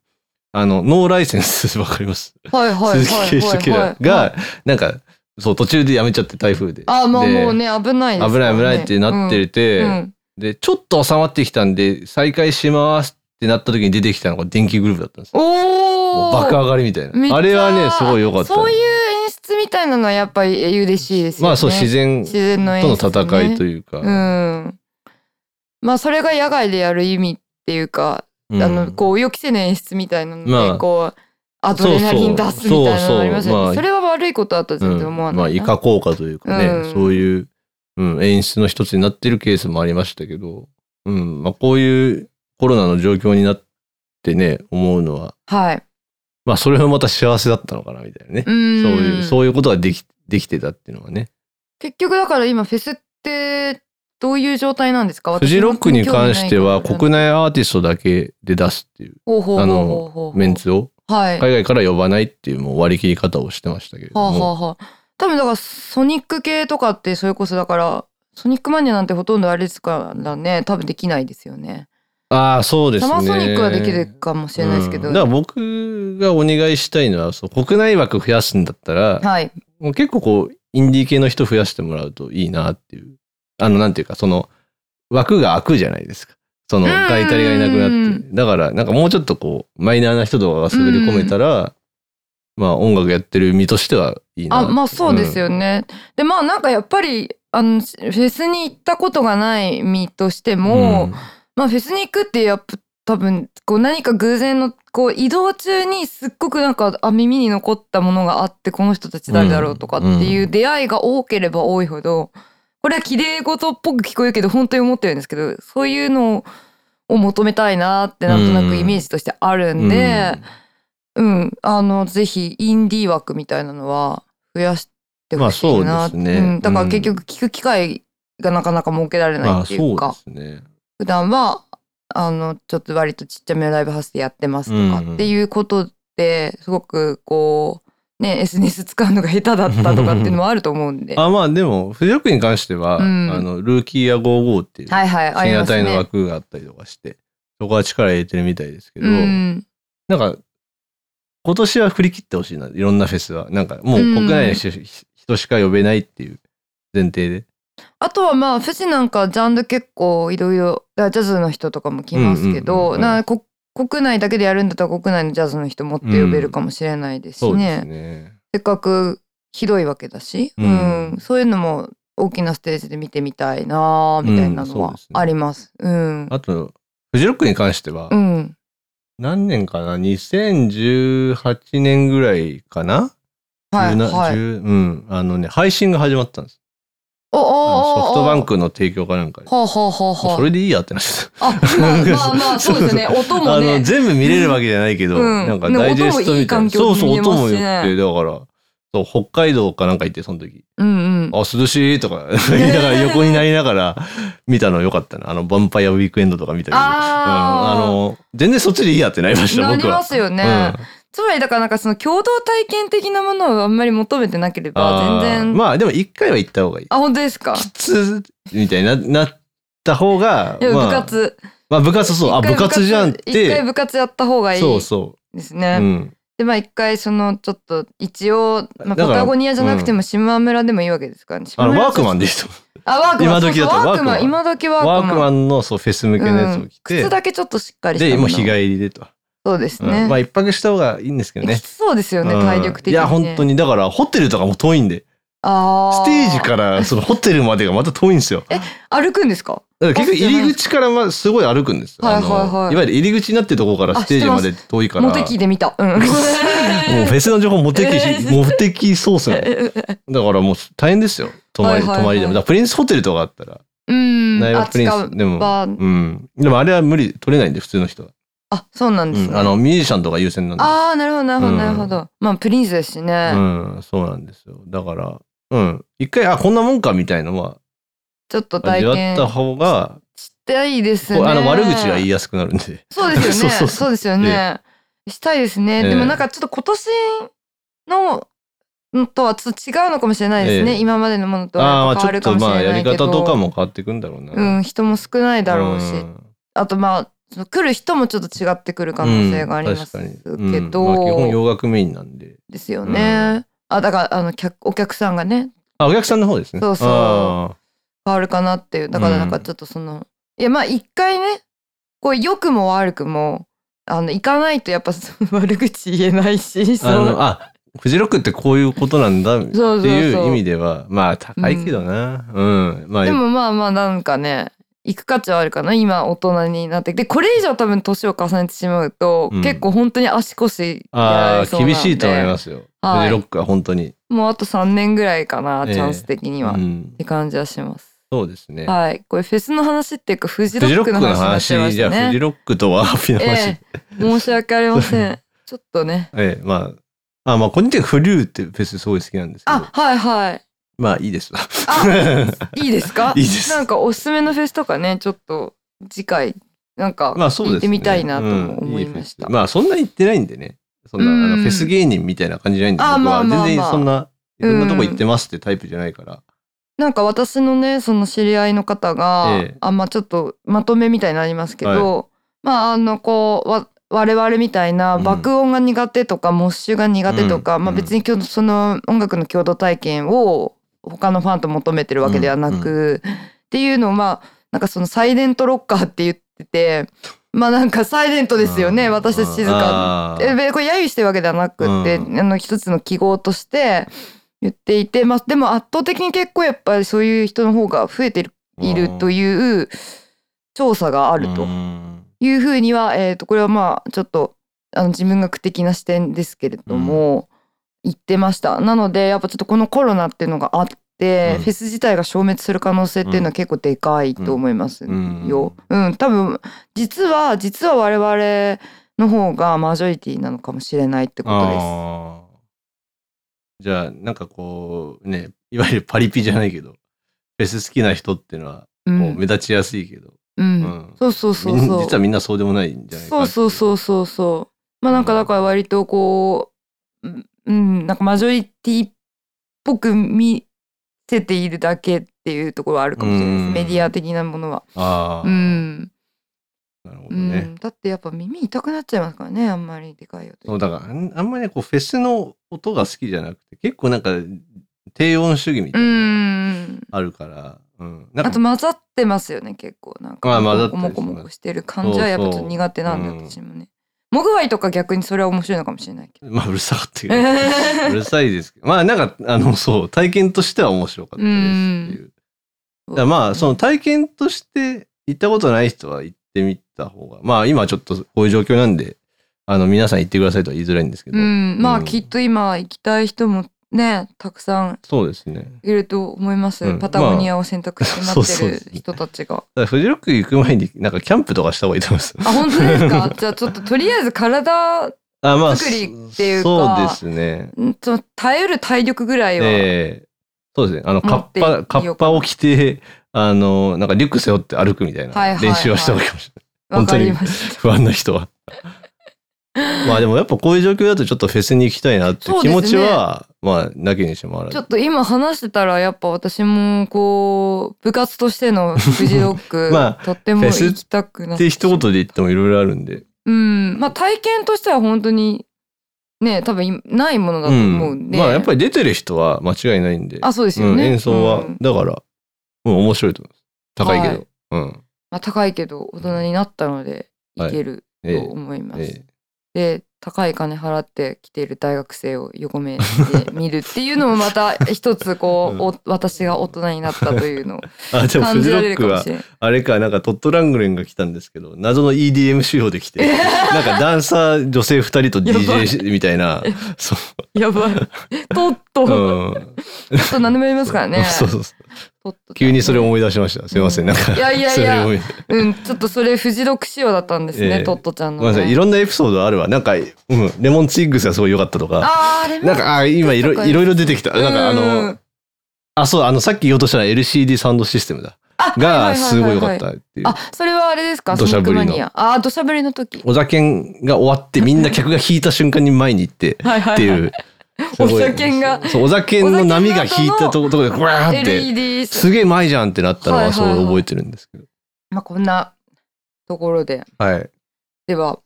Speaker 1: あの、ノーライセンスわかります。
Speaker 2: はいはいはいはい、はい。
Speaker 1: 鈴木圭一キラーが、なんか、そう、途中でやめちゃって台風で。
Speaker 2: あまあ
Speaker 1: で
Speaker 2: もうね危ないです
Speaker 1: 危
Speaker 2: から
Speaker 1: ない
Speaker 2: ね
Speaker 1: 危ないってなってて、
Speaker 2: うんうん
Speaker 1: で、ちょっと収まってきたんで、再開しますってなった時に出てきたのが電気グループだったんですよ。も
Speaker 2: お
Speaker 1: う
Speaker 2: お。
Speaker 1: 爆上がりみたい
Speaker 2: めっち
Speaker 1: な。
Speaker 2: ゃ
Speaker 1: あれはね、すごい良かった。
Speaker 2: そういう演出みたいなのはやっぱり嬉しいですよね。
Speaker 1: まあそう、自然
Speaker 2: 自然の演
Speaker 1: との
Speaker 2: 出、ね。
Speaker 1: 戦いと
Speaker 2: いう
Speaker 1: いうか。
Speaker 2: うん。まあそれが野外でやる意味っていうか、
Speaker 1: うん
Speaker 2: あのこう予期せぬ演出みたいなので、
Speaker 1: まあ
Speaker 2: こうアドレナリン出すみたいなのあります
Speaker 1: そうそうそう
Speaker 2: よ
Speaker 1: まあ
Speaker 2: ね。それは悪いことだと全然思わ
Speaker 1: うんまあ
Speaker 2: ない
Speaker 1: イ
Speaker 2: な。
Speaker 1: カ効果というかね、
Speaker 2: うん
Speaker 1: そういう、うん、演出の一つになってるケースもありましたけど、うんまあ、こういうコロナの状況になってね思うのは
Speaker 2: はい。
Speaker 1: まあそれはまた幸せだったのかなみたいなね、
Speaker 2: そ
Speaker 1: そ
Speaker 2: う
Speaker 1: ういう
Speaker 2: う
Speaker 1: そういうことができできてたっていうのはね
Speaker 2: 結局だから今フェスってどういう状態なんですか
Speaker 1: フジロックに関しては国
Speaker 2: 内
Speaker 1: 内アーティストだけで出すっていうあのメンツを
Speaker 2: はいは
Speaker 1: 海外から呼ばないっていうもう割り切り方をしてましたけれど
Speaker 2: あは
Speaker 1: も、
Speaker 2: あはあ多分だからソニック系とかってそれこそだからソニックマニアなんてほとんどあれですからね多分できないですよね
Speaker 1: ああそうです
Speaker 2: サ
Speaker 1: ね
Speaker 2: マーソニックはできるかもしれないですけど、
Speaker 1: うんだから僕がお願いしたいのはそう国内枠増やすんだったら、
Speaker 2: はい
Speaker 1: もう結構こうインディー系の人増やしてもらうといいなっていうあのなんていうかその枠が空くじゃないですかその
Speaker 2: うん
Speaker 1: ガイタリがいなくなってだからなんかもうちょっとこうマイナーな人とかが滑り込めたら、まあ音楽やってる身としてはいいな
Speaker 2: あまあそうですよ
Speaker 1: ね、
Speaker 2: ね、でまあなんかやっぱりあのフェスに行ったことがない身として
Speaker 1: うん
Speaker 2: も、
Speaker 1: うん
Speaker 2: まあフェスに行くってやっぱ多分こう何か偶然のこう移動中にすっごくなんかあ耳に残ったものがあってこの人たち誰だろうとかっていう出会いが多ければ多いほど、これは綺麗事っぽく聞こえるけど本当に思ってるんですけどそういうのを求めたいなってなんとなくイメージとしてあるんで、うんあのぜひインディー枠みたいなのは増やしてほしい
Speaker 1: まあ
Speaker 2: な
Speaker 1: そうですね
Speaker 2: うんだか
Speaker 1: う
Speaker 2: ら
Speaker 1: ん
Speaker 2: 結局聞く機会がなかなか設けられ
Speaker 1: うん
Speaker 2: ない
Speaker 1: まあ
Speaker 2: って
Speaker 1: そ
Speaker 2: いう
Speaker 1: う
Speaker 2: か、
Speaker 1: ですね
Speaker 2: 普段はあのちょっと割とちっちゃめのライブハウスでやってますとか
Speaker 1: うんうん
Speaker 2: っていうことですごくこうね SNS 使うのが下手だったとかっていうのもあると思うんで。
Speaker 1: *laughs*
Speaker 2: は
Speaker 1: あまあでもフジロックに関しては、
Speaker 2: うん
Speaker 1: あのルーキーや55っていう
Speaker 2: いはいあ
Speaker 1: 深
Speaker 2: り
Speaker 1: 夜
Speaker 2: ます
Speaker 1: 帯の
Speaker 2: ね。
Speaker 1: 枠があったりとかして、そこは力入れてるみたいですけど、
Speaker 2: うん
Speaker 1: なんか今年は振り切ってほしいないろんなフェスはなんかもう国内の人,、人しか呼べないっていう前提で
Speaker 2: あとはまあフェスなんかジャンル結構いろいろジャズの人とかも来ますけ
Speaker 1: うんうんうんう
Speaker 2: ど
Speaker 1: ん
Speaker 2: なこ国内だけでやるんだったら国内のジャズの人もって呼べるかもしれないですし
Speaker 1: そうで
Speaker 2: ね
Speaker 1: す。ね
Speaker 2: せっかく広いわけだし、
Speaker 1: う
Speaker 2: うんんそういうのも大きなステージで見てみたいなあみた
Speaker 1: う
Speaker 2: いな
Speaker 1: ん
Speaker 2: の
Speaker 1: そう
Speaker 2: は
Speaker 1: ですね
Speaker 2: あります。うん、
Speaker 1: あとフジロックに関しては、
Speaker 2: うん、
Speaker 1: 何年かな2018年ぐらいかな、
Speaker 2: はい
Speaker 1: 17
Speaker 2: はい。
Speaker 1: 10うんあのね配信が始まったんです
Speaker 2: おお
Speaker 1: あの
Speaker 2: おお
Speaker 1: ソフトバン。クの提供かなんかで
Speaker 2: ほうほうほうほ
Speaker 1: もうそうれ。でいいやってなっちゃった
Speaker 2: あ、まあまあまあそうですね。音も
Speaker 1: あの
Speaker 2: ね。
Speaker 1: 全部見れるわけじゃないけど、
Speaker 2: うん
Speaker 1: なんかダイジェストみたいな。
Speaker 2: で
Speaker 1: そ
Speaker 2: も音もいい環境
Speaker 1: う
Speaker 2: で
Speaker 1: そう、
Speaker 2: 見れ
Speaker 1: 音
Speaker 2: ます
Speaker 1: も
Speaker 2: し
Speaker 1: 良く
Speaker 2: ね
Speaker 1: て、だから、そう、北海道かなんか行って、その時、
Speaker 2: うんうん。
Speaker 1: あ、涼しいとか言いながら、
Speaker 2: ねえ
Speaker 1: 横になりながら、見たのよかったな。あの、ヴァンパイアウィークエンドとか見たけど、うんあ
Speaker 2: ああ。
Speaker 1: の、全然そっちでいいやってなりました、
Speaker 2: なり
Speaker 1: 僕
Speaker 2: ま
Speaker 1: は。
Speaker 2: すよね。
Speaker 1: うん
Speaker 2: つまりだからなんかその共同体験的なものをあんまり求めてなければ
Speaker 1: あー
Speaker 2: 全然。
Speaker 1: まあ、でも一回は行った方がいい。
Speaker 2: あ本当ですか。
Speaker 1: きつみたいにななった方が、
Speaker 2: いや
Speaker 1: まあ
Speaker 2: 部活。
Speaker 1: まあ、部活そう、あ、
Speaker 2: 一回
Speaker 1: 部活じゃんっ
Speaker 2: 一回
Speaker 1: て。
Speaker 2: 部活やった方がいい。
Speaker 1: そうそ
Speaker 2: です
Speaker 1: う。
Speaker 2: ね。
Speaker 1: うん。
Speaker 2: でまあ一回そのちょっと一応、ま
Speaker 1: だ
Speaker 2: あ、
Speaker 1: から
Speaker 2: パタゴニアじゃなくても島村でもいいわけですからね。
Speaker 1: あ
Speaker 2: 島
Speaker 1: の、
Speaker 2: 村
Speaker 1: ワークマンでいいと思う。
Speaker 2: あワークマン
Speaker 1: 今時だと
Speaker 2: そうそうワークマ
Speaker 1: ワークマン
Speaker 2: ン今時ワークマ
Speaker 1: ワ
Speaker 2: ン
Speaker 1: ークマンのそうフェス向けのやつを着て、
Speaker 2: 靴だけちょっとしっかりした
Speaker 1: で
Speaker 2: も
Speaker 1: も
Speaker 2: の
Speaker 1: う日帰りでと、
Speaker 2: そうです
Speaker 1: うん
Speaker 2: ね、
Speaker 1: まあ一泊した方がいいんですけどね
Speaker 2: きつそうですよね、
Speaker 1: うん
Speaker 2: 体力的に、ね、
Speaker 1: いや本当にだからホテルとかも遠いんで
Speaker 2: あ
Speaker 1: ス
Speaker 2: ー
Speaker 1: テージからそのホテルまでがまた遠いんですよ
Speaker 2: 歩くんですか
Speaker 1: だから結局入り口からまあすごい歩くんですよ、
Speaker 2: はいはい
Speaker 1: あの
Speaker 2: はい
Speaker 1: わゆる入り口になってるところからステージまで遠いから
Speaker 2: モテキで見たうん
Speaker 1: もうフェスの情報モテキし、
Speaker 2: えー
Speaker 1: モテキソースなの
Speaker 2: *laughs*
Speaker 1: だからもう大変ですよ泊まり、
Speaker 2: はいはいはい
Speaker 1: 泊まりでもだからプリンスホテルとかあったら、
Speaker 2: うん
Speaker 1: ナイ
Speaker 2: あ
Speaker 1: プリンスでも
Speaker 2: 使う
Speaker 1: うんでもあれは無理取れないんで普通の人は、
Speaker 2: あそうなんですね、
Speaker 1: うんあのミュージシャンとか優先なんで
Speaker 2: あーなるほどなるほ
Speaker 1: う
Speaker 2: ど、
Speaker 1: ん
Speaker 2: なるほどまあプリンスですしね、
Speaker 1: うん、そうなんですよ。だから、うん、一回、あ、こんなもんかみたいのは、
Speaker 2: ちょっと体
Speaker 1: 味わっ
Speaker 2: 験
Speaker 1: た方が、
Speaker 2: したいですね
Speaker 1: こうあの悪口が言いやすくなるんで。
Speaker 2: そうですよ
Speaker 1: *laughs* そ
Speaker 2: ね。そうう
Speaker 1: そうそう
Speaker 2: ですよね。したいですね。
Speaker 1: ええ
Speaker 2: でもなんかちょっと今年ののとはちょっと違うのかもしれないですね。
Speaker 1: ええ
Speaker 2: 今までのものと
Speaker 1: ああ
Speaker 2: は
Speaker 1: ー、まあ
Speaker 2: やっぱ変わ
Speaker 1: ちょ
Speaker 2: る
Speaker 1: っ
Speaker 2: か
Speaker 1: と、
Speaker 2: もしれ
Speaker 1: まあや
Speaker 2: な
Speaker 1: り
Speaker 2: いけど、
Speaker 1: 方とかも変わっていくんだろうな。
Speaker 2: うん人も少ないだろうし、
Speaker 1: ん
Speaker 2: あとまあその来る人もちょっと違ってくる可能性があります
Speaker 1: うん確
Speaker 2: け
Speaker 1: か
Speaker 2: ど、
Speaker 1: にうんまあ基本洋楽メインなんで。
Speaker 2: ですよね。あだからあの客お客さんがね
Speaker 1: あ、お客さんの方ですね。
Speaker 2: そうそう
Speaker 1: あ
Speaker 2: 変わるかなっていうだか
Speaker 1: う
Speaker 2: ら
Speaker 1: ん
Speaker 2: なんかちょっとその、いやまあ一回ねこう良くも悪くもあの行かないとやっぱ *laughs* その悪口言えないし
Speaker 1: ー
Speaker 2: そ
Speaker 1: あ
Speaker 2: の
Speaker 1: の、あ、フジロックってこういうことなんだって
Speaker 2: そうそうそう
Speaker 1: いう意味では、まあ高いけどな。うん。まあ、
Speaker 2: でもまあまあなんかね行く価値はあるかな今大人になってでこれ以上多分年を重ねてしまうと、
Speaker 1: うん
Speaker 2: 結構本当に足腰やら
Speaker 1: あ
Speaker 2: れ
Speaker 1: ー
Speaker 2: そうなんで
Speaker 1: 厳しいと思いますよ。
Speaker 2: はい
Speaker 1: フジロックは本当に。
Speaker 2: もうあと3年ぐらいかな、
Speaker 1: ええ
Speaker 2: チャンス的には、
Speaker 1: う
Speaker 2: っ
Speaker 1: ん
Speaker 2: て感じはします
Speaker 1: そうですね。
Speaker 2: はいこれフェスの話っていうかフジ
Speaker 1: フ
Speaker 2: ロ
Speaker 1: ジロ
Speaker 2: ッ
Speaker 1: ック
Speaker 2: クの
Speaker 1: の
Speaker 2: 話になっ
Speaker 1: 話
Speaker 2: ちゃいま
Speaker 1: じ
Speaker 2: し
Speaker 1: ゃ
Speaker 2: た
Speaker 1: あフジ
Speaker 2: ね
Speaker 1: ロックとワーピーの話、
Speaker 2: え申し訳ありま
Speaker 1: *laughs*
Speaker 2: せんちょっとね
Speaker 1: ええまああまあ個人的にフリューってフェスすごい好きなんですけど
Speaker 2: あはいはい
Speaker 1: まあいいですわ *laughs*
Speaker 2: いいですか
Speaker 1: いいです
Speaker 2: なんかおすすめのフェスとかねちょっと次回なんか
Speaker 1: まあそうです、ね、
Speaker 2: 行ってみたいなとも
Speaker 1: うん
Speaker 2: 思いまし
Speaker 1: い
Speaker 2: た、
Speaker 1: いフェスまあそんな行ってないんでねそんなあの
Speaker 2: うん
Speaker 1: フェス芸人みたいな感じじゃないんで
Speaker 2: あ
Speaker 1: 僕
Speaker 2: ま
Speaker 1: は
Speaker 2: あまあまあ
Speaker 1: 全然そんないろんなとこ行ってますってタイプじゃないから、
Speaker 2: なんか私のねその知り合いの方が、
Speaker 1: ええ
Speaker 2: あまあちょっとまとめみたいになりますけど、まああのこうわ我々みたいな
Speaker 1: うん
Speaker 2: 爆音が苦手とか、モッシュが苦手とか、
Speaker 1: うん
Speaker 2: まあ、別に今日その音楽の共同体験を他のファンと求めてるわけではなく、っていうのをまあなんかそのサイレントロッカーって言っててまあなんかサイレントですよね、
Speaker 1: うん
Speaker 2: 私たち静か
Speaker 1: あー
Speaker 2: えべこれ揶揄してるわけではなくって、
Speaker 1: う
Speaker 2: あの一つの記号として言っていて、まあ、でも圧倒的に結構やっぱりそういう人の方が増えてるいるという調査がある
Speaker 1: う
Speaker 2: と
Speaker 1: ん
Speaker 2: いうふうには、えー、とこれはまあちょっとあの自分学的な視点ですけれども、言ってましたなのでやっぱちょっとこのコロナっていうのがあっって、
Speaker 1: うん
Speaker 2: フェス自体が消滅する可能性っていうのは結構でかいと思いますよ。
Speaker 1: うん
Speaker 2: うん、多分実は実は我々の方がマジョリティなのかもしれないってことです。
Speaker 1: あーじゃあなんかこうねいわゆるパリピじゃないけどフェス好きな人っていうのは
Speaker 2: う
Speaker 1: もうん目、立ちやすいけど、う
Speaker 2: う
Speaker 1: ん
Speaker 2: ん、そうそうそう
Speaker 1: みん
Speaker 2: そう。
Speaker 1: 実はみんなそうでもないんじゃないか
Speaker 2: そうそう
Speaker 1: う
Speaker 2: そうそうそうまあなんかだから割とこううんうんなんかマジョリティっぽく見せているだけっていうところはあるかもしれないです
Speaker 1: うん
Speaker 2: メディア的なものは
Speaker 1: ああ、
Speaker 2: うん、
Speaker 1: なるほ
Speaker 2: う
Speaker 1: どね、
Speaker 2: ん、だってやっぱ耳痛くなっちゃいますからねあんまりでかいよ
Speaker 1: そうだからあんあんまりねこうフェスの音が好きじゃなくて結構なんか低音主義みた
Speaker 2: う
Speaker 1: いなのが
Speaker 2: ん
Speaker 1: あるから、うん、なん
Speaker 2: あと
Speaker 1: か
Speaker 2: 混ざってますよね結構なんか
Speaker 1: まあ混ざってる
Speaker 2: モコモコしてる感じはやっぱちょっと苦手なんで
Speaker 1: そうそう
Speaker 2: 私もねモグワイとか逆にそれは面白いのかもしれ
Speaker 1: *laughs*
Speaker 2: ないけど
Speaker 1: まあうるさかったけどうるさいですけど。まあなんか、あの、そう、体験としては面白かったですっていう。だからまあ、その体験として行ったことない人は行ってみた方が、まあ今ちょっとこういう状況なんで、あの、皆さん行ってくださいとは言いづらいんですけど、
Speaker 2: うん、ま
Speaker 1: う
Speaker 2: あ
Speaker 1: ん
Speaker 2: きっと今行きたい人もねたくさん
Speaker 1: そうですね。
Speaker 2: いると思います、
Speaker 1: うん
Speaker 2: パタゴニアを選択して
Speaker 1: まあそう
Speaker 2: 待
Speaker 1: そう
Speaker 2: っ
Speaker 1: で
Speaker 2: て
Speaker 1: す
Speaker 2: る
Speaker 1: ね
Speaker 2: 人たちが、
Speaker 1: だからフジロック行く前に、なんかキャンプとかした方がいいと思います。
Speaker 2: あ本当ですか
Speaker 1: *laughs*
Speaker 2: じゃあちょっととりあえず体
Speaker 1: あ、まあ、
Speaker 2: 作りっていうか
Speaker 1: そうですね。
Speaker 2: んちょっと耐える体力ぐらいは、
Speaker 1: ええそうですね。あの、
Speaker 2: 持
Speaker 1: カ
Speaker 2: って
Speaker 1: ッ
Speaker 2: いよう
Speaker 1: パ、カッパを着て、あの、なんかリュック背負って歩くみたい
Speaker 2: はいはい
Speaker 1: な
Speaker 2: はい
Speaker 1: 練習はした方がいいかもしれない。
Speaker 2: わかりま
Speaker 1: 本
Speaker 2: し
Speaker 1: 当に不安な人は。 *laughs*
Speaker 2: た
Speaker 1: まあでもやっぱこういう状況だとちょっとフェスに行きたいなって
Speaker 2: そう
Speaker 1: 気
Speaker 2: ですね
Speaker 1: 持ちは、まあなきにしもあら
Speaker 2: ちょっ
Speaker 1: ず。
Speaker 2: と今話してたらやっぱ私もこう部活としてのフジロック、
Speaker 1: *laughs* ま
Speaker 2: とっても行きたくな
Speaker 1: って一言で言ってもいろいろあるんで。
Speaker 2: うんまあ体験としては本当にね多分いないものだと思うんで、
Speaker 1: まあやっぱり出てる人は間違いないんで。
Speaker 2: あそうですよね、
Speaker 1: うん演奏は、
Speaker 2: うん
Speaker 1: だから、うん、面白いと思います。高いけど。
Speaker 2: はい
Speaker 1: うん。
Speaker 2: まあ、高いけど大人になったので
Speaker 1: はい
Speaker 2: いける
Speaker 1: え
Speaker 2: と
Speaker 1: え
Speaker 2: 思います。
Speaker 1: ええ
Speaker 2: で高い金払って来ている大学生を
Speaker 1: *laughs*
Speaker 2: 横目で見るっていうのもまた一つこう、お私が大人になったというのを
Speaker 1: あ、 *laughs* でも
Speaker 2: 感
Speaker 1: フ
Speaker 2: じ
Speaker 1: ジロ
Speaker 2: られ
Speaker 1: ッ
Speaker 2: るか
Speaker 1: ク
Speaker 2: も
Speaker 1: は
Speaker 2: し、れない。
Speaker 1: あれか、なんかトットラングレンが来たんですけど、謎の EDM 仕様で来て、なんかダンサー女性二人と
Speaker 2: やばい
Speaker 1: DJ しみたいな、そう、
Speaker 2: やばい。
Speaker 1: *laughs*
Speaker 2: とっと、
Speaker 1: う
Speaker 2: とっ
Speaker 1: ん。
Speaker 2: と何でもやりますからね。
Speaker 1: *laughs* そうそうそう。
Speaker 2: とっと
Speaker 1: 急にそれを思い出しました。すいません、なんか。
Speaker 2: いやいや
Speaker 1: *laughs* そ
Speaker 2: いや
Speaker 1: れを思い
Speaker 2: うんちょっとそれフジロック仕様だったんですね、
Speaker 1: ええ
Speaker 2: トットちゃん
Speaker 1: ご
Speaker 2: の
Speaker 1: め
Speaker 2: ね、
Speaker 1: んなさい、いろんなエピソードあるわ。なんか、うん、レモンチッグスがすごい良かったとか、
Speaker 2: あーあれも
Speaker 1: なんか、あ今いろいろいろ出てきた。なんかあ
Speaker 2: う
Speaker 1: の
Speaker 2: ん、
Speaker 1: あ、そう、あの、さっき言おうとしたら LCD サウンドシステムだ。
Speaker 2: あはいはいはいは
Speaker 1: が、
Speaker 2: い
Speaker 1: すごい良かったっていう。
Speaker 2: あそれはあれですか
Speaker 1: 土砂降りの
Speaker 2: スニークマニアああ土砂降りの時
Speaker 1: お酒が終わって、みんな客が引いた瞬間に前に行って、
Speaker 2: はいは
Speaker 1: って
Speaker 2: い、はい
Speaker 1: い、う。
Speaker 2: お
Speaker 1: すごい
Speaker 2: 酒が
Speaker 1: *laughs* そう、お酒の波が引いたところで、ぐわーって、
Speaker 2: LED
Speaker 1: すげえ前じゃんってなったの
Speaker 2: はい
Speaker 1: は、
Speaker 2: は
Speaker 1: す
Speaker 2: い
Speaker 1: ご
Speaker 2: はい
Speaker 1: い覚えてるんですけど。
Speaker 2: まあ、こんなところで
Speaker 1: はい。
Speaker 2: では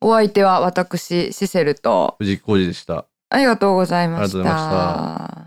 Speaker 2: お相手は私シセルと
Speaker 1: 藤木浩二でした。
Speaker 2: ありがとうございまし
Speaker 1: ありがと
Speaker 2: た
Speaker 1: うございまし